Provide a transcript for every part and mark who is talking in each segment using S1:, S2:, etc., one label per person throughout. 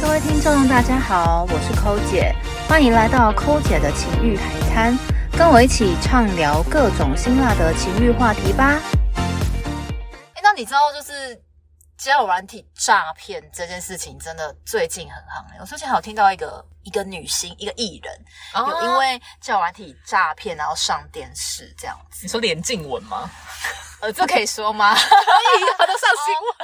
S1: 各位听众，大家好，我是抠姐，欢迎来到抠姐的情欲海滩，跟我一起畅聊各种辛辣的情欲话题吧。
S2: 哎，那你知道就是交友软体诈骗这件事情，真的最近很夯。欸我最近还有听到一个一个女星，一个艺人，有因
S1: 哦
S2: 为交友软体诈骗，然后上电视这样子。
S3: 你说连静文吗？
S2: 呃，这可以 说吗？
S3: 他都上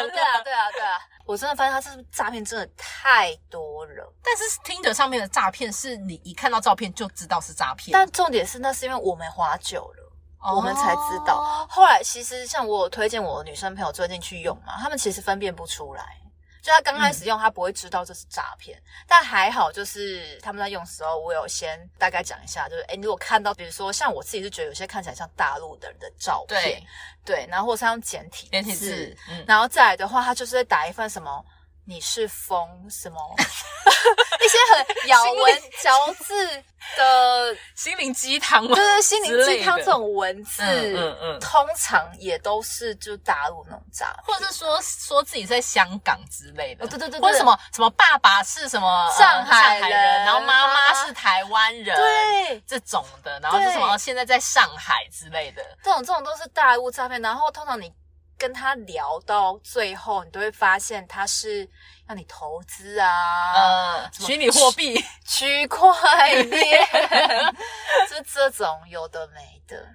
S3: 新
S2: 对啊，对啊，对啊。我真的发现他这诈骗真的太多了，
S3: 但是 Tinder 上面的诈骗是你一看到照片就知道是诈骗，
S2: 但重点是那是因为我们滑久了。
S3: 哦
S2: 我们才知道。后来其实像我有推荐我的女生朋友最近去用嘛，他们其实分辨不出来，就她刚开
S3: 嗯
S2: 始用，她不会知道这是诈骗。但还好，就是他们在用的时候，我有先大概讲一下，就是哎，诶你如果看到，比如说像我自己是觉得有些看起来像大陆的人的照片
S3: 对，
S2: 对，然后或是他用简体
S3: 连体字，嗯，
S2: 然后再来的话，他就是会打一份什么。你是风什么？一些很咬文嚼字的，
S3: 心灵鸡汤吗
S2: 就？是心灵鸡汤
S3: 之类的
S2: 这种文字，
S3: 嗯嗯嗯，
S2: 通常也都是就大陆那种诈骗，
S3: 或者是说说自己在香港之类的，
S2: 哦对对对对
S3: 或者什么什么爸爸是什么呃
S2: 上海人
S3: 上海人，然后妈
S2: 妈
S3: 妈
S2: 妈
S3: 是台湾人，
S2: 对
S3: 这种的，然后就什么现在在上海之类的，
S2: 这种这种都是大陆诈骗。然后通常你跟他聊到最后，你都会发现他是让你投资啊、
S3: 呃，虚拟货币，
S2: 区块链， 就这种有的没的。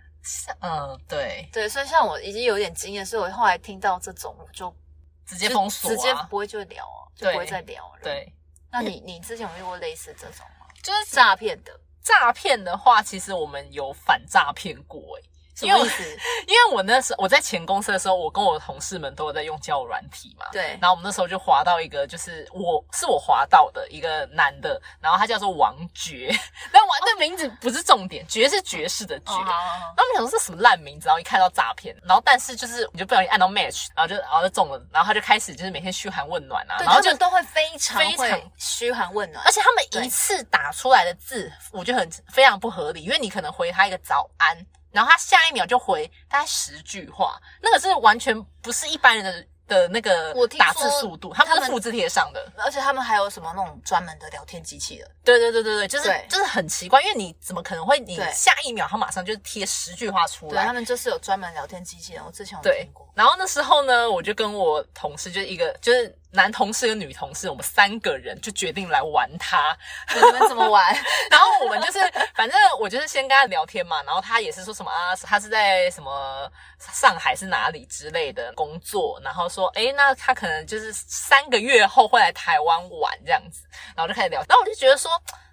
S3: 嗯，对，
S2: 对，所以像我已经有点经验，所以我后来听到这种，我就
S3: 直
S2: 直
S3: 接封锁、啊，
S2: 直接不会就聊啊，就
S3: 对
S2: 不会再聊了。，
S3: 对。
S2: 那你你之前有遇过类似这种吗？
S3: 就是
S2: 诈骗的，
S3: 诈骗的话，其实我们有反诈骗过、欸，
S2: 什
S3: 因为
S2: 么
S3: 我
S2: 意 思？
S3: 因为我那时候我在前公司的时候，我跟我同事们都有在用交友软体嘛，
S2: 对
S3: 然后我们那时候就滑到一个，就是我是我滑到的一个男的，然后他叫做王爵，但王的名字不是重点，爵是爵士的爵。
S2: 哦哦好好好
S3: 他们想说这什么烂名字，然后一看到诈骗，然后但是就是你就不小心按到 match，然后就然后就中了，然后他就开始就是每天嘘寒问暖啊，
S2: 对，
S3: 然后
S2: 他
S3: 就
S2: 们都会非常
S3: 非常
S2: 会嘘寒问暖
S3: 而，且他们
S2: 对
S3: 一次打出来的字，我觉得很非常不合理，因为你可能回他一个早安，然后他下一秒就回大概十句话，那个是完全不是一般人的的那个
S2: 我听说
S3: 打字速度，他
S2: 他
S3: 们
S2: 们
S3: 是复制贴上的。
S2: 而且他们还有什么那种专门的聊天机器人？
S3: 对对对对对，就是
S2: 对
S3: 就是很奇怪，因为你怎么可能会你
S2: 对
S3: 下一秒他马上就贴十句话出
S2: 对，
S3: 来
S2: 他？们就是有专门聊天机器人，我之前有
S3: 对
S2: 听过，。
S3: 然后那时候呢，我就跟我同事就是一个就是男同事跟女同事，我们三个人就决定来玩他。
S2: 你们怎么玩？
S3: 然后我们就是，反正我就是先跟他聊天嘛，然后他也是说什么啊，他是在什么上海是哪里之类的工作，然后说，诶，那他可能就是三个月后会来台湾玩这样子，然后就开始聊，然后我就觉得说。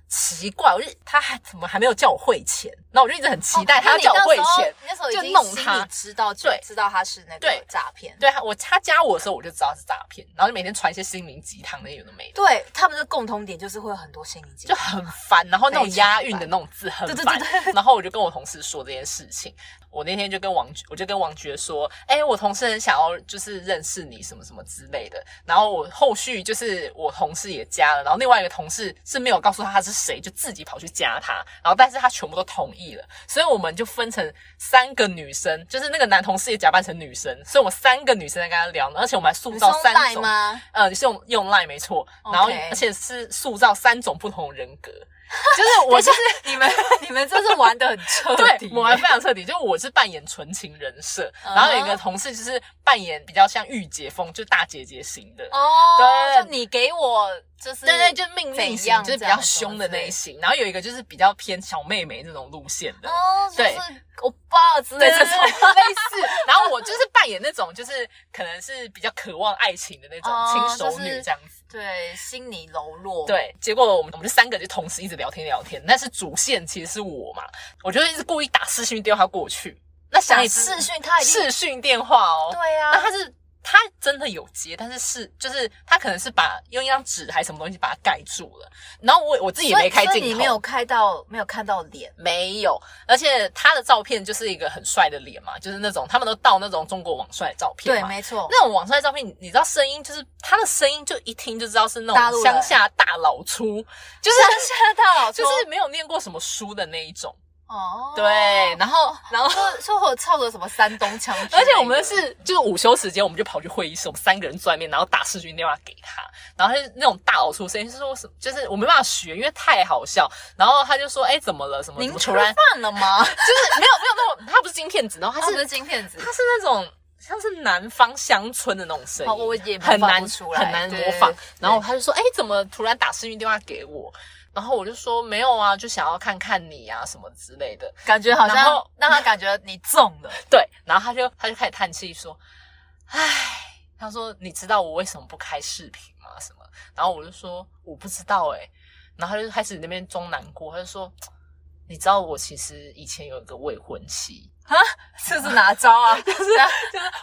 S3: 奇怪，我就他还怎么还没有叫我汇钱？然后我就一直很 期
S2: 哦
S3: 待他要叫我汇钱。
S2: 那时候
S3: 就
S2: 已经
S3: 弄
S2: 心
S3: 他
S2: 里知道，就
S3: 对
S2: 知道他是那个
S3: 对
S2: 诈骗。
S3: 对他，我他加我的时候我就知道是诈骗，然后就每天传一些心灵鸡汤那有的没的，
S2: 对，他们的共同点就是会有很多心理疾
S3: 就
S2: 病，
S3: 很烦，然后那种
S2: 非常
S3: 押韵
S2: 烦
S3: 的那种字很
S2: 对对
S3: 烦。
S2: 对
S3: 然后我就跟我同事说这件事情，我那天就跟王，我就跟王爵说，哎、我同事很想要就是认识你什么什么之类的。然后我后续就是我同事也加了，然后另外一个同事是没有告诉他他是谁，就自己跑去加他。然后但是他全部都同意了，所以我们就分成三个女生，就是那个男同事也假扮成女生，所以我们三个女生在跟他聊，而且我们还塑
S2: 你
S3: 造
S2: 说
S3: 三
S2: 赖
S3: 种。
S2: 吗？
S3: 呃，是用用 Line 没错，
S2: OK
S3: 然后而且是塑造三种不同人格，就是我就是
S2: 你们 你们真是玩的很彻
S3: 对
S2: 底，
S3: 我玩非常彻底，就是我是扮演纯情人设，
S2: 嗯哼
S3: 然后有一个同事就是扮演比较像御姐风，就大姐姐型的。
S2: 哦，
S3: 对
S2: 就你给我就是
S3: 对对，就命令
S2: 怎
S3: 型
S2: 样，
S3: 就是比
S2: 这样
S3: 较凶的那一
S2: 什
S3: 型，然后有一个就是比较偏小妹妹那种路线的，
S2: 么之
S3: 对
S2: 类的哦，就是欧巴之类
S3: 对
S2: 的
S3: 这种类似。然后我就是扮演那种，就是可能是比较渴望爱情的那种
S2: 哦
S3: 轻熟
S2: 就
S3: 女
S2: 是
S3: 这样子。
S2: 对，心理柔弱，，
S3: 对，结果我们我们就三个就同时一直聊天聊天，但是主线其实是我嘛，我就一直故意打视讯电话过去。那想
S2: 打
S3: 也知
S2: 哎视讯他已经
S3: 视讯电话哦，
S2: 对啊呀、
S3: 那他是他真的有接，但是是就是他可能是把用一张纸还是什么东西把它盖住了，然后我我自己也没开
S2: 所以
S3: 镜
S2: 所以
S3: 头，
S2: 你没有开到，没有看到脸，
S3: 没有，而且他的照片就是一个很帅的脸嘛，就是那种他们都盗那种中国网帅的照片
S2: 对，
S3: 嘛，
S2: 没错，
S3: 那种网帅照片，你你知道声音就是他的声音，就一听就知道是
S2: 大
S3: 那
S2: 陆
S3: 种
S2: 人
S3: 乡下大老粗，就是
S2: 乡下大佬
S3: 就是没有念过什么书的那一种。
S2: 哦，
S3: 对，然后然后。
S2: 说说我操着什么山东腔之类的，
S3: 而且我们是就是午休时间，我们就跑去会议室，我们三个人坐在那边，然后打视讯电话给他，然后他就那种大呕出声，就是说什么，就是我没办法学，因为太好笑。然后他就说：“哎、怎么了？什么？怎
S2: 您
S3: 么
S2: 吃
S3: 突然
S2: 饭了吗？
S3: 就是没有没有那种，他不是金片子，然后
S2: 他
S3: 他
S2: 是
S3: 是、
S2: 哦不是金片子
S3: 他？是那种像是南方乡村的那种声音，
S2: 好，哦我也模仿
S3: 很难
S2: 不出来，
S3: 很难
S2: 对
S3: 模仿。然后他就说：“哎、怎么突然打视讯电话给我？”然后我就说：“没有啊，就想要看看你啊，什么之类的。
S2: 感觉好像
S3: 然后
S2: 让他感觉你中了，”
S3: 对，然后他就他就开始叹气说：“唉，他说你知道我为什么不开视频吗？什么？”然后我就说：“我不知道哎、然后他就开始那边装难过，他就说：“你知道我其实以前有一个未婚妻，
S2: 这 是哪 招啊？就是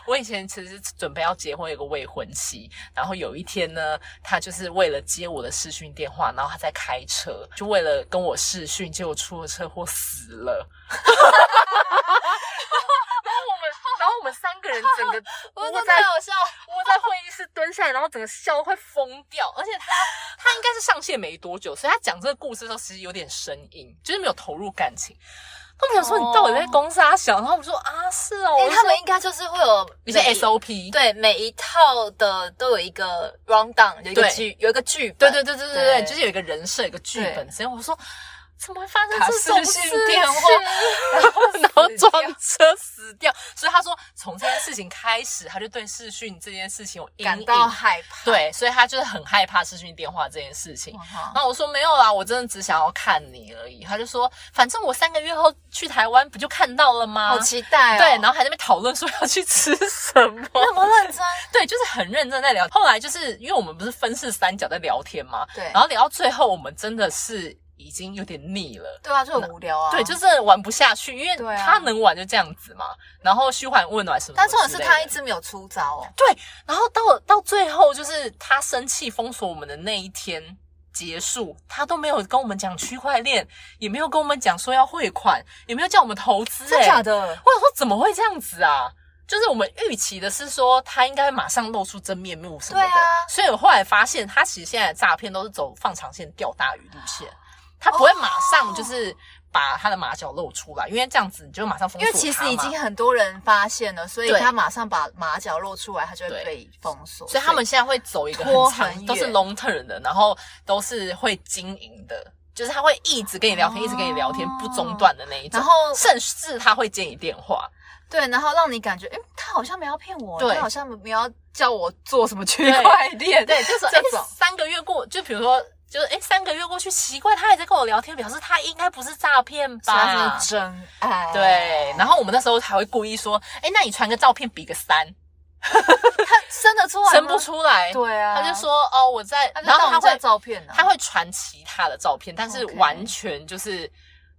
S3: 我以前其实准备要结婚，有个未婚妻，然后有一天呢，他就是为了接我的视讯电话，然后他在开车，就为了跟我视讯，结果出了车祸死了。 然后我们，然后我们三个人整个
S2: 我
S3: 窝
S2: 真的
S3: 在
S2: 太好笑了。
S3: 窝在会议室蹲下来，然后整个笑得快疯掉。而且他他应该是上线没多久，所以他讲这个故事的时候其实有点生硬，就是没有投入感情。他们想说
S2: 哦
S3: 你到底在公司啊小，然后我说啊是哦，
S2: 哎、
S3: 我就
S2: 他们
S3: 说
S2: 应该就是会有
S3: 你是
S2: 每一
S3: SOP
S2: 对每一套的都有一个 round down，有一个
S3: 对
S2: 剧有一个剧
S3: 对对
S2: 本，
S3: 对对对对，
S2: 对
S3: 就是有一个人设，有一个剧
S2: 对
S3: 本。所以我说，怎么会发生
S2: 打
S3: 这种
S2: 视
S3: 事
S2: 讯
S3: 情？
S2: 电话
S3: 然后
S2: 死掉
S3: 撞车死掉。所以他说，从这件事情开始，他就对视讯这件事情有阴
S2: 感
S3: 影。
S2: 到害怕。
S3: 对，所以他就是很害怕视讯电话这件事情
S2: 哇。哈，
S3: 那我说没有啦，我真的只想要看你而已。他就说，反正我三个月后去台湾不就看到了吗？
S2: 好期待哦！
S3: 嗯对，然后还在那边讨论说要去吃什么。
S2: 那么认真，
S3: 对，就是很认真在聊。后来就是因为我们不是分饰三角在聊天嘛，
S2: 对
S3: 然后聊到最后，我们真的是已经有点腻了。
S2: 对啊，就很无聊啊。
S3: 对，就是玩不下去，因
S2: 对
S3: 为
S2: 啊
S3: 他能玩就这样子嘛。然后嘘寒问暖什么
S2: 但重点是他一
S3: 直。
S2: 直没有出招哦。
S3: 对，然后到到最后，就是他生气封锁我们的那一天结束，他都没有跟我们讲区块链，也没有跟我们讲说要汇款，也没有叫我们投资、欸，
S2: 的？
S3: 我想说怎么会这样子啊？就是我们预期的是说他应该马上露出真面目什么的，
S2: 对啊
S3: 所以我后来发现他其实现在的诈骗都是走放长线钓大鱼路线，他不会马上
S2: 哦
S3: 就是把他的马脚露出来，因为这样子你就马上封
S2: 因
S3: 锁
S2: 为
S3: 他
S2: 其实
S3: 嘛
S2: 已经很多人发现了，所以
S3: 对
S2: 他马上把马脚露出来，他就会
S3: 对
S2: 被封锁。
S3: 所以他们现在会走一个
S2: 拖
S3: 很
S2: 很
S3: 长，都是
S2: 远
S3: long term 的，然后都是会经营的，就是他会一直跟你聊天，一直跟你聊天，不中断的那一种。
S2: 哦然后
S3: 甚至他会接你电话，
S2: 对，然后让你感觉，哎，他好像没有要骗我，
S3: 对
S2: 他好像没有要叫我做什么区块链，
S3: 对，就是
S2: 这
S3: 哎
S2: 种，
S3: 三个月过，就比如说。就是哎，三个月过去，奇怪，他还在跟我聊天，表示他应该不是诈骗
S2: 所以他
S3: 吧
S2: 才？是真爱。
S3: 对，然后我们那时候还会故意说，哎，那你传个照片比个三，
S2: 他生得出来吗
S3: 生不。出来，
S2: 对啊，
S3: 他就，说哦我在，
S2: 他就
S3: 然后他
S2: 他
S3: 会
S2: 会照片呢、啊
S3: 他会传其他的照片，但是
S2: OK
S3: 完全就是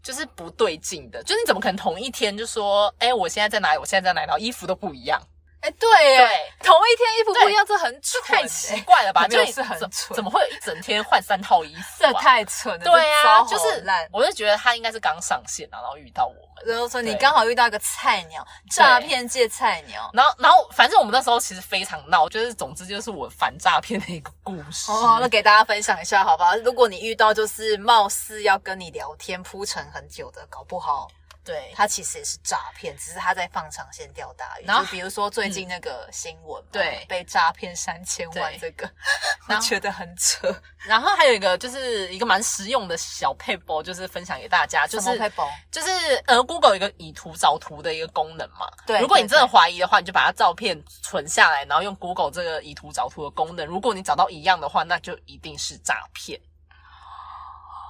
S3: 就是不对劲的，就是你怎么可能同一天就说，哎、我现在在哪里，我现在在哪里，然后衣服都不一样，
S2: 哎、对耶，
S3: 对
S2: 同一天衣服不一样，这很
S3: 这
S2: 蠢耶，
S3: 太奇怪了 吧？
S2: 没有
S3: 就是
S2: 很
S3: 怎
S2: 蠢
S3: 怎么会有一整天换三套衣服、
S2: 这
S3: 啊？
S2: 太蠢了，
S3: 对啊，
S2: 这
S3: 就
S2: 招好
S3: 是
S2: 烂。
S3: 我就觉得他应该是刚上线啊，然后遇到我们，
S2: 然后说你
S3: 对
S2: 刚好遇到一个菜鸟，诈骗界菜鸟。
S3: 然后然后反正我们那时候其实非常闹，就是总之就是我反诈骗的一个故事。
S2: 哦，那给大家分享一下，好吧？如果你遇到就是貌似要跟你聊天铺陈很久的，搞不好
S3: 对
S2: 他其实也是诈骗，只是他在放长线钓大鱼。
S3: 然后嗯
S2: 就比如说最近那个新闻嘛，
S3: 对
S2: 被诈骗三千万
S3: 对
S2: 这个， 我
S3: 然后
S2: 觉得很扯。
S3: 然后还有一个就是一个蛮实用的小 paper，就是分享给大家，就
S2: 什么
S3: 是
S2: 配包
S3: 就是呃，Google 有一个以图找图的一个功能嘛。
S2: 对
S3: 如果你真的
S2: 对
S3: 怀疑的话，你就把它照片存下来，然后用 Google 这个以图找图的功能。如果你找到一样的话，那就一定是诈骗，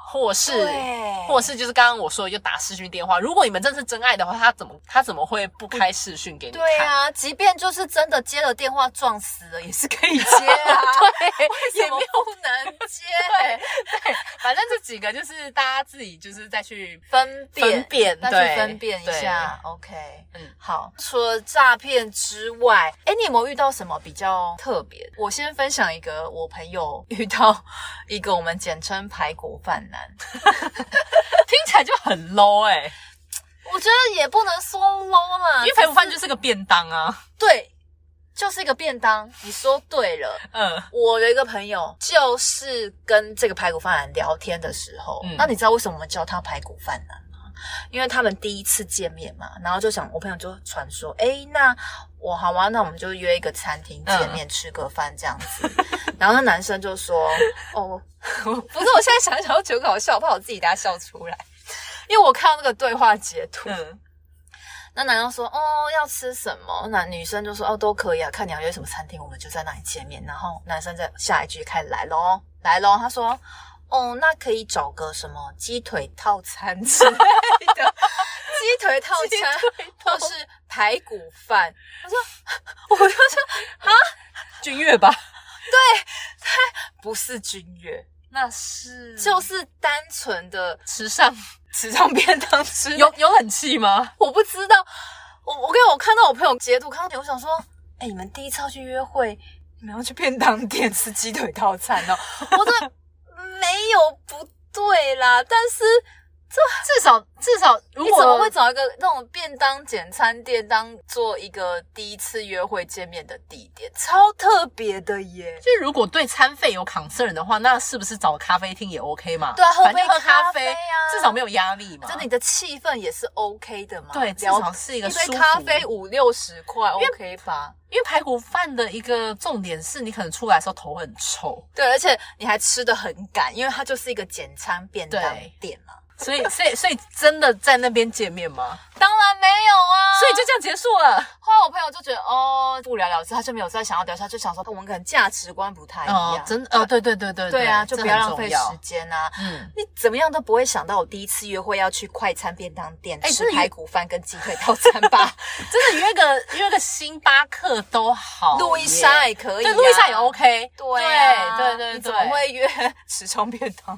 S3: 或是
S2: 对
S3: 或是就是刚刚我说的，就打视讯电话。如果你们真是真爱的话，他怎么他怎么会不开视讯给你看？
S2: 对 啊，即便就是真的接了电话撞死了，也是可 以接 啊，
S3: 对，
S2: 也
S3: 也没
S2: 没
S3: 有
S2: 有不能接，
S3: 对对，反正这几个就是大家自己就是再去
S2: 分
S3: 分
S2: 辨，
S3: 辨，
S2: 那
S3: 对
S2: 去分辨一
S3: 对
S2: 下，OK。
S3: 嗯
S2: 好，除了诈骗之外，哎，你有没有遇到什么比较特别？我先分享一个，我朋友遇到 一个我们简称“排骨饭男”，
S3: 听起来就很 low 哎、
S2: 我觉得也不能说 low 啦，
S3: 因为排骨饭
S2: 只
S3: 就是是个便当啊，
S2: 对，就是一个便当。你说对了，
S3: 嗯。
S2: 我有一个朋友，就是跟这个排骨饭男聊天的时候，
S3: 嗯
S2: 那你知道为什么我们叫他排骨饭男吗？因为他们第一次见面嘛，然后就想我朋友就传说，诶，那我好啊，那我们就约一个餐厅见面吃个饭这样 子。然后那男生就说，哦，我 不是，我现在想一想都觉得搞笑，我怕我自己大家笑出来，因为我看到那个对话截图，
S3: 嗯，
S2: 那男生说：“哦，要吃什么？”那女生就说：“哦，都可以啊，看你要约什么餐厅，我们就在那里见面。”然后男生在下一句开始来喽，来喽，他说：“哦，那可以找个什么鸡腿套餐之类 的，鸡腿套餐或是排骨饭。” 我说：“我就说
S3: 君悦 吧，
S2: 不是君悦，
S3: 那是
S2: 就
S3: 就是
S2: 单纯的
S3: 池上池上便当吃有有冷气吗？
S2: 我不知道。我我跟你讲我看到我朋友截图看到，我想说，哎、你们第一次要去约会，你们要去便当店吃鸡腿套餐哦。我这没有不对啦，但是
S3: 至少至少如
S2: 你
S3: 果
S2: 怎么会找一个那种便当简餐店当做一个第一次约会见面的地点？超特别的耶！
S3: 就如果对餐费有 concern 的话，那是不是找咖啡厅也 OK 嘛？
S2: 对啊喝
S3: 反正
S2: 杯
S3: 喝咖
S2: 咖啡啊
S3: 至少没有压力嘛。
S2: 真的，你的气氛也是 OK 的嘛？
S3: 对，至
S2: 聊
S3: 少是一
S2: 一
S3: 个舒服
S2: 杯咖啡五六十块
S3: 为
S2: OK 吧？
S3: 因为排骨饭的一个重点是你可能出来的时候头很臭，
S2: 对，而且你还吃的很赶，因为它就是一个简餐便当
S3: 对
S2: 店嘛。
S3: 所以 所以所以真的在那边见面吗？
S2: 当然没有啊，
S3: 所以就这样结束了。
S2: 后来我朋友就觉得哦不了了之，他就没有再想要聊下去，想说我们可能价值观不太一样，
S3: 哦，真呃，对对对对
S2: 哎对啊，就
S3: 这
S2: 不要
S3: 很
S2: 浪
S3: 重
S2: 费
S3: 要
S2: 时间啊。
S3: 嗯，
S2: 你怎么样都不会想到，我第一次约会要去快餐便当店
S3: 哎
S2: 吃
S3: 真的有
S2: 排骨饭跟鸡腿套餐 吧，
S3: 真的约个约个星巴克都好耶，
S2: 路易莎也可以、啊
S3: 对，路易哦莎也。OK，
S2: 对啊
S3: 对对对
S2: 你怎
S3: 对，
S2: 么会约 时装便当？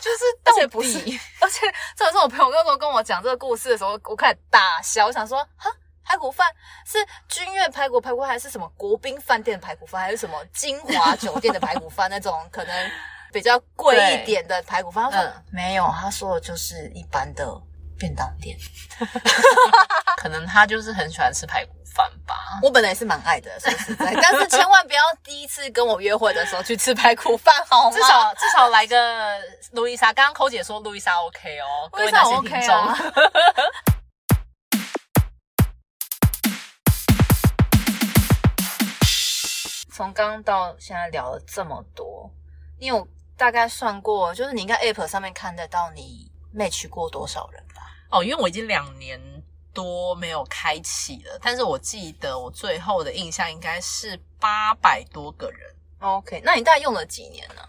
S3: 就是
S2: 而
S3: 而
S2: 且
S3: 且
S2: 不
S3: 不
S2: 是
S3: 是，
S2: 而且这时候我朋友那时候跟我讲这个故事的时候，我开始大笑，我想说哈。排骨饭是君悦排骨排骨饭，还是什么国宾饭店的排骨饭，还是什么金华酒店的排骨饭那 种可能比较贵一点的排骨饭？他说、
S3: 嗯
S2: 没有，他说的就是一般的便当店。
S3: 可能他就是很喜欢吃排骨饭吧。
S2: 我本来也是蛮爱的，说实在，但是千万不要第一次跟我约会的时候去吃排骨饭，好 吗？
S3: 至少至少来个路易莎，刚刚寇姐说路易莎 OK 哦，各
S2: 路
S3: 位
S2: 易莎
S3: 男性听
S2: OK
S3: 众，
S2: 啊从刚刚到现在聊了这么多，你有大概算过，就是你应该 App 上面看得到你 match 过多少人吧？
S3: 哦，因为我已经两年多没有开启了，但是我记得我最后的印象应该是八百多个人。
S2: OK，那你大概用了几年呢？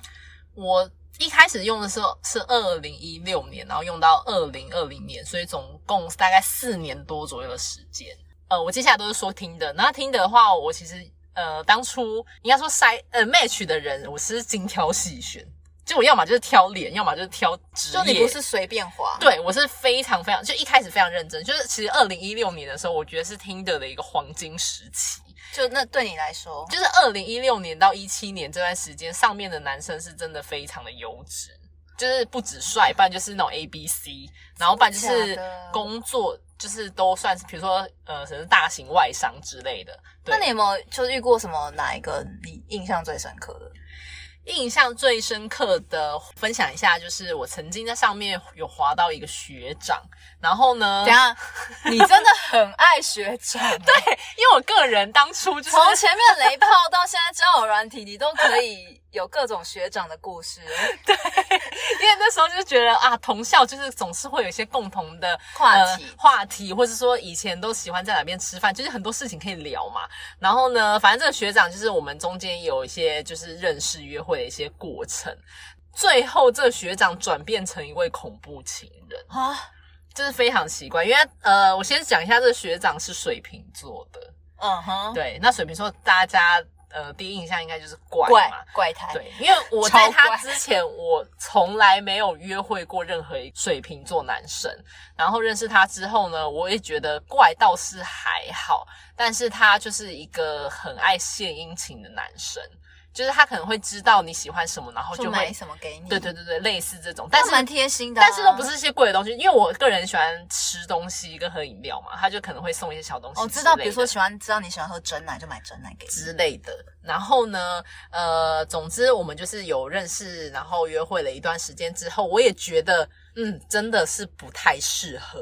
S3: 我一开始用的时候是二零一六年，然后用到二零二零年，所以总共大概四年多左右的时间。呃，我接下来都是说听的，那听的话，我其实呃当初应该说筛呃 match 的人，我是精挑细选，就我要么就是挑脸，要么就是挑职业，
S2: 就你不是随便滑，，
S3: 对，我是非常非常，就一开始非常认真，就是其实二零一六年的时候，我觉得是听的的一个黄金时期，
S2: 就那对你来说，
S3: 就是二零一六年到一七年这段时间，上面的男生是真的非常的优质，就是不止帅，不然就是那种 A B C，然后不然就
S2: 真的
S3: 是
S2: 假的
S3: 工作，就是都算是，比如说呃，可能是大型外商之类的。对
S2: 那你有没有就是遇过什么哪一个你印象最深刻的？
S3: 嗯印象最深刻的分享一下，就是我曾经在上面有滑到一个学长，然后呢
S2: 等一，下，你真的很爱学长 欸、对，
S3: 因为我个人当初就是
S2: 从前面雷炮到现在交友软体，你都可以有各种学长的故 事，
S3: 呃因为那时候就觉得啊，同校就是总是会有一些共同的
S2: 话题
S3: 呃话题，或是说以前都喜欢在哪边吃饭，就是很多事情可以聊嘛。然后呢，反正这个学长就是我们中间有一些就是认识约会的一些过程。最后，这个学长转变成一位恐怖情人，
S2: 啊。
S3: 就是非常奇怪。因为呃，我先讲一下，这个学长是水瓶座的，
S2: 嗯哼，
S3: 对，那水瓶座大家呃第一印象应该就是怪
S2: 怪
S3: 嘛，
S2: 怪胎，
S3: 对，因为我在
S2: 哎超
S3: 他
S2: 怪
S3: 之前，我从来没有约会过任何一个水瓶座男生。然后认识他之后呢，我也觉得怪倒是还好，但是他就是一个很爱献殷勤的男生。就是他可能会知道你喜欢什么，然后
S2: 就
S3: 就
S2: 买
S3: 会
S2: 什么给你。
S3: 对对对对，类似这种，但
S2: 那
S3: 是
S2: 蛮贴心的啊、
S3: 但是都不是一些贵的东西，因为我个人喜欢吃东西跟喝饮料嘛，他就可能会送一些小东西之类
S2: 哦，
S3: 的。
S2: 知道，比如说喜欢知道你喜欢喝真奶，就买真奶给你。
S3: 之 类的。然后呢，呃，总之我们就是有认识，然后约会了一段时间之后，我也觉得，嗯，真的是不太适合。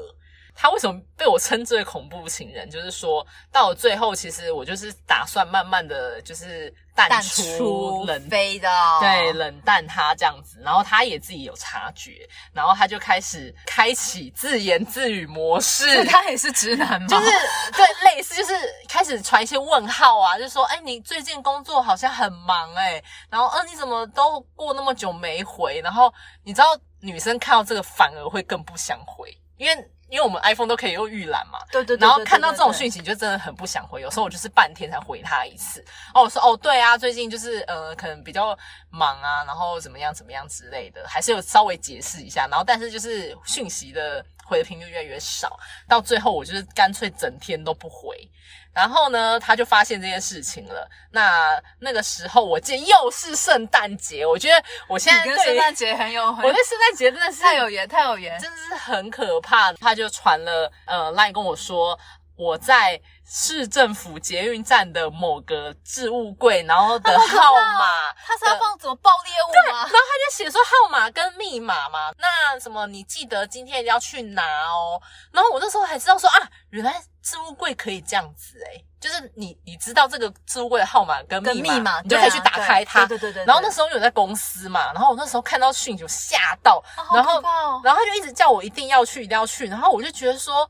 S3: 他为什么被我称之为恐怖情人？就是说到了最后，其实我就是打算慢慢的就是淡
S2: 淡
S3: 出
S2: 出
S3: 冷
S2: 飞的、哦，
S3: 对，冷淡他这样子，然后他也自己有察觉，然后他就开始开启自言自语模式，
S2: 他也是直男吗？
S3: 就是对类似就是开始传一些问号啊，就说哎、你最近工作好像很忙哎、然后嗯、呃你怎么都过那么久没回？然后你知道女生看到这个反而会更不想回，因为因为我们 iPhone 都可以用预览嘛，
S2: 对对对对对对
S3: 然后看到这种讯息就真的很不想回，有时候我就是半天才回他一次。哦，我说哦，对啊，最近就是呃，可能比较忙啊，然后怎么样怎么样之类的，还是有稍微解释一下。然后但是就是讯息的回的频率越来越少，到最后我就是干脆整天都不回。然后呢，他就发现这件事情了。那那个时候，我记得又是圣诞节，我觉得我现在
S2: 你跟
S3: 对
S2: 圣
S3: 于
S2: 诞节很有，
S3: 我对圣诞节真的是
S2: 太有缘，太有缘。
S3: 真的是很可怕。他就传了呃 line 跟我说。我在市政府捷运站的某个置物柜，然后的号码，
S2: 他是要放什么爆裂物吗
S3: 然？后 他就写说号码跟密码嘛，那什么你记得今天一定要去拿哦。然后我那时候还知道说啊，原来置物柜可以这样子诶、就是你你知道这个置物柜的号码跟
S2: 跟
S3: 密
S2: 密
S3: 码，
S2: 码啊
S3: 你就可以去打开它。
S2: 对对对对对
S3: 然后那时候有在公司嘛，然后我那时候看到讯息我吓到，
S2: 啊好
S3: 然后
S2: 可怕哦
S3: 然后他就一直叫我一定要去，一定要去。然后我就觉得说，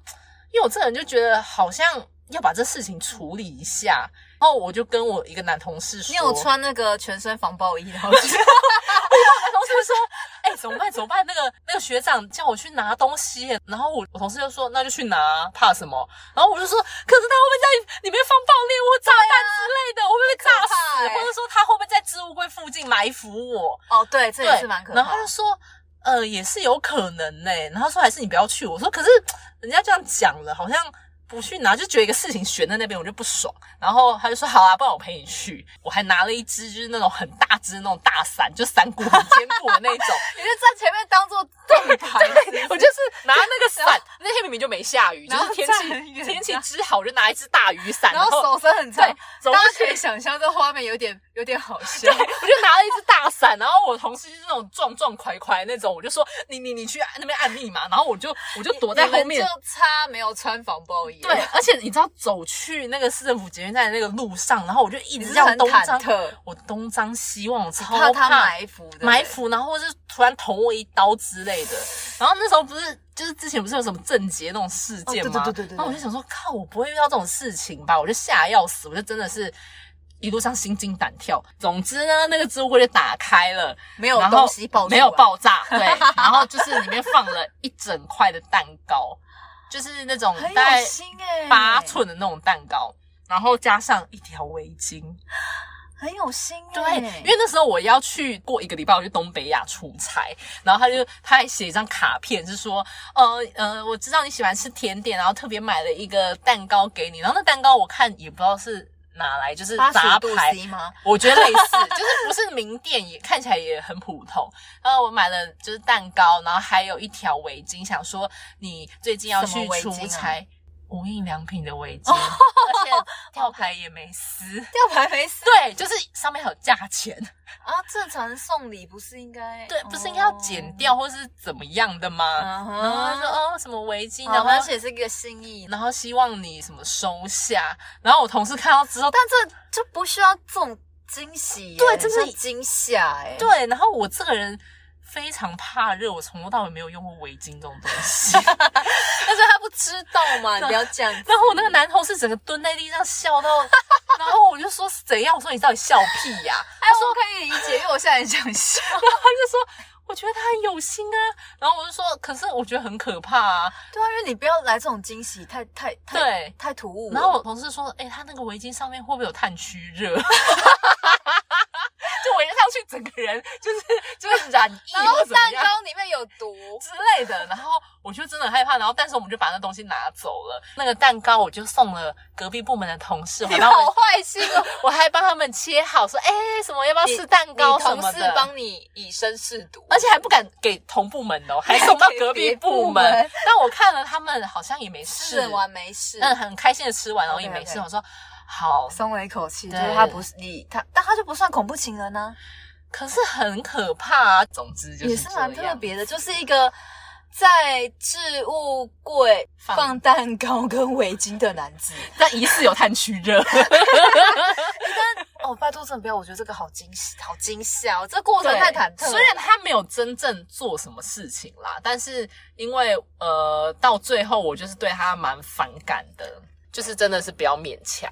S3: 因为我这个人就觉得好像要把这事情处理一下。然后我就跟我一个男同事说，
S2: 你有穿那个全身防爆衣的？我觉得
S3: 然后就说：“哎、怎么办？怎么办？那个那个学长叫我去拿东西耶。”然后我我同事就说：“那就去拿啊，怕什么？”然后我就说：“可是他会不会在里面放爆裂物、炸弹之类的？我会不会被炸
S2: 啊很可
S3: 死？
S2: 怕耶欸
S3: 或者说他会不会在置物柜附近埋伏我？”
S2: 哦，对，这
S3: 对，
S2: 也是蛮可
S3: 然
S2: 怕
S3: 后他
S2: 的
S3: 就。说，呃，也是有可能呢、然后他说还是你不要去。我说可是人家这样讲了，好像不去拿，就觉得一个事情悬在那边，我就不爽。然后他就说好啊，不然我陪你去。我还拿了一支就是那种很大支那种大伞，就伞骨很坚固的那 种。
S2: 你就站前面当做盾 牌，
S3: 我就是拿那个伞，那天明明就没下雨，就
S2: 然后
S3: 是天
S2: 站很
S3: 气
S2: 远
S3: 天气之好，我就拿一只大雨伞，
S2: 然后手伸很长
S3: 对，走
S2: 大
S3: 过
S2: 家
S3: 去
S2: 可以想象这画面有点有点好笑。
S3: 我就拿了一只大伞，然后我同事就是那种壮壮快快那种，我就说你你你去按那边按密码，然后我就我就躲在后
S2: 你
S3: 面
S2: 们。就差没有穿防爆衣。
S3: 对，而且你知道走去那个市政府捷运站的那个路上，然后我就一
S2: 你
S3: 直
S2: 是
S3: 这样
S2: 很
S3: 东
S2: 忐
S3: 张，
S2: 忑，
S3: 我东张西望，我超
S2: 怕他埋伏，对不对
S3: 埋。伏，然后或是突然捅我一刀之类的。然后那时候不是就是之前不是有什么郑捷那种事件吗？
S2: 哦对对对对对对
S3: 然后我就想说，靠，我不会遇到这种事情吧？我就吓得要死，我就真的是一路上心惊胆跳。总之呢，那个置物柜就打开了，
S2: 没有
S3: 然后
S2: 东西爆出
S3: 没
S2: 来，
S3: 有爆 炸，对。然后就是里面放了一整块的蛋糕，就是那种
S2: 很
S3: 大概
S2: 有心哎、
S3: 八，寸的那种蛋糕。然后加上一条围巾，
S2: 很有心
S3: 对
S2: 哎、，
S3: 因为那时候我要去过一个礼拜，我去东北亚出差，然后他就他还写一张卡片，是说，呃呃，我知道你喜欢吃甜点，然后特别买了一个蛋糕给你，然后那蛋糕我看也不知道是哪来，就是
S2: 八
S3: 杂
S2: 十度
S3: 牌
S2: C 吗？
S3: 我觉得类似， 就是不是名店也看起来也很普通。然后我买了就是蛋糕，然后还有一条围巾，想说你最近要
S2: 什
S3: 去
S2: 么围
S3: 出
S2: 巾啊
S3: 差，无印良品的围 巾，而且吊牌也没撕。
S2: 吊牌没撕
S3: 对，就是上面还有价钱，
S2: 啊，正常送礼不是应该哦
S3: 对，不是应该要剪？掉或是怎么样的吗？
S2: 嗯
S3: 然后他
S2: 哼
S3: 说，哦什么围巾，然
S2: 好
S3: 后
S2: 吧这也是一个心意，
S3: 然后希望你什么收下。然后我同事看到之后，
S2: 但这就不需要这种惊喜耶，
S3: 对这是
S2: 像惊吓哎，
S3: 对，然后我这个人非常怕热，我从头到尾没有用过围巾这种东西。
S2: 但是他不知道嘛， 你不要这样子。
S3: 然后我那个男同事整个蹲在地上笑到，然后我就说怎样？我说你到底笑屁呀、
S2: 哎，我可以理解，因为我现在很想笑。
S3: 然后他就说我觉得他很有心啊。然后我就说可是我觉得很可怕啊。
S2: 对啊，因为你不要来这种惊喜，太太太
S3: 对
S2: 太突兀了。
S3: 然后我同 事说，哎、他那个围巾上面会不会有炭疽热？就围上去整个人就是就是染疫
S2: 然后
S3: 或怎么
S2: 蛋
S3: 样。
S2: 糕里面有毒，
S3: 之类的，然后我就真的很害怕，然后但是我们就把那东西拿走了，那个蛋糕我就送了隔壁部门的同事，我还
S2: 你
S3: 帮他
S2: 好
S3: 们
S2: 坏心哦！
S3: 我还帮他们切好，说哎、什么要不要
S2: 你
S3: 试蛋糕
S2: 你
S3: 什
S2: 同
S3: 么
S2: 事
S3: 的，
S2: 帮你以身试毒，
S3: 而且还不敢给同部门哦，还 送到隔壁部门
S2: 给别部门。
S3: 但我看了他们好像也没事
S2: 试，完没事，
S3: 嗯，很开心的吃完，然后也
S2: OK，OK
S3: 没事。我说好，
S2: 松了一口气，就
S3: 对
S2: 是他不是你他，但他就不算恐怖情人呢、
S3: 可是很可怕啊。总之就是
S2: 也是蛮
S3: 这
S2: 特
S3: 样，
S2: 别的，就是一个在置物柜
S3: 放
S2: 放蛋糕跟围巾的男 子。
S3: 但疑似有炭疽 热。
S2: 哦，拜托，真的不要，我觉得这个好惊喜，好惊吓哦，这过程
S3: 对
S2: 太忐忑了。
S3: 虽然他没有真正做什么事情啦，但是因为呃，到最后我就是对他蛮反感的，就是真的是不要勉强。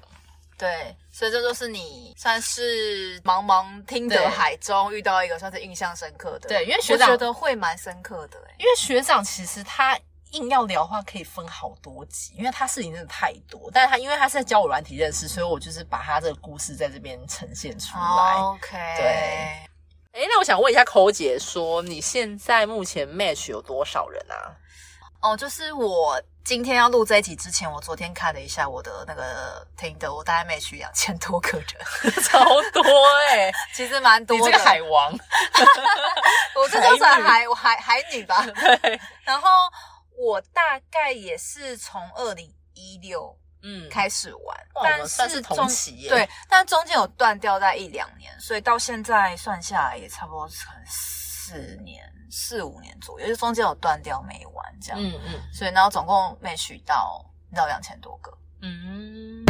S2: 对，所以这就是你算是茫茫听得海中遇到一个算是印象深刻的。
S3: 对因为学
S2: 我
S3: 长
S2: 觉得会蛮深刻的、欸。
S3: 因为学长其实他硬要聊的话，可以分好多集，因为他事情真的太多。但是他因为他是在教我软体认识，所以我就是把他这个故事在这边呈现出来。
S2: 哦 OK，
S3: 对。哎、哦那我想问一下抠姐说你现在目前 match 有多少人啊？
S2: 哦，就是我今天要录这一集之前，我昨天看了一下我的那个听的，我大概 match 两千多个人，
S3: 超多 哎、
S2: 其实蛮多
S3: 你
S2: 的。
S3: 这个海王，
S2: 我这就算
S3: 海
S2: 海我海海 女吧。然后我大概也是从二零一六
S3: 嗯，
S2: 开始玩，
S3: 哇我
S2: 但
S3: 们算是同
S2: 中
S3: 期耶
S2: 对，但中间有断掉在一两年，所以到现在算下来也差不多可能四年、四五年左右，就中间有断掉没玩这样。
S3: 嗯嗯
S2: 所以然后总共 match 到到两千多个。
S3: 嗯。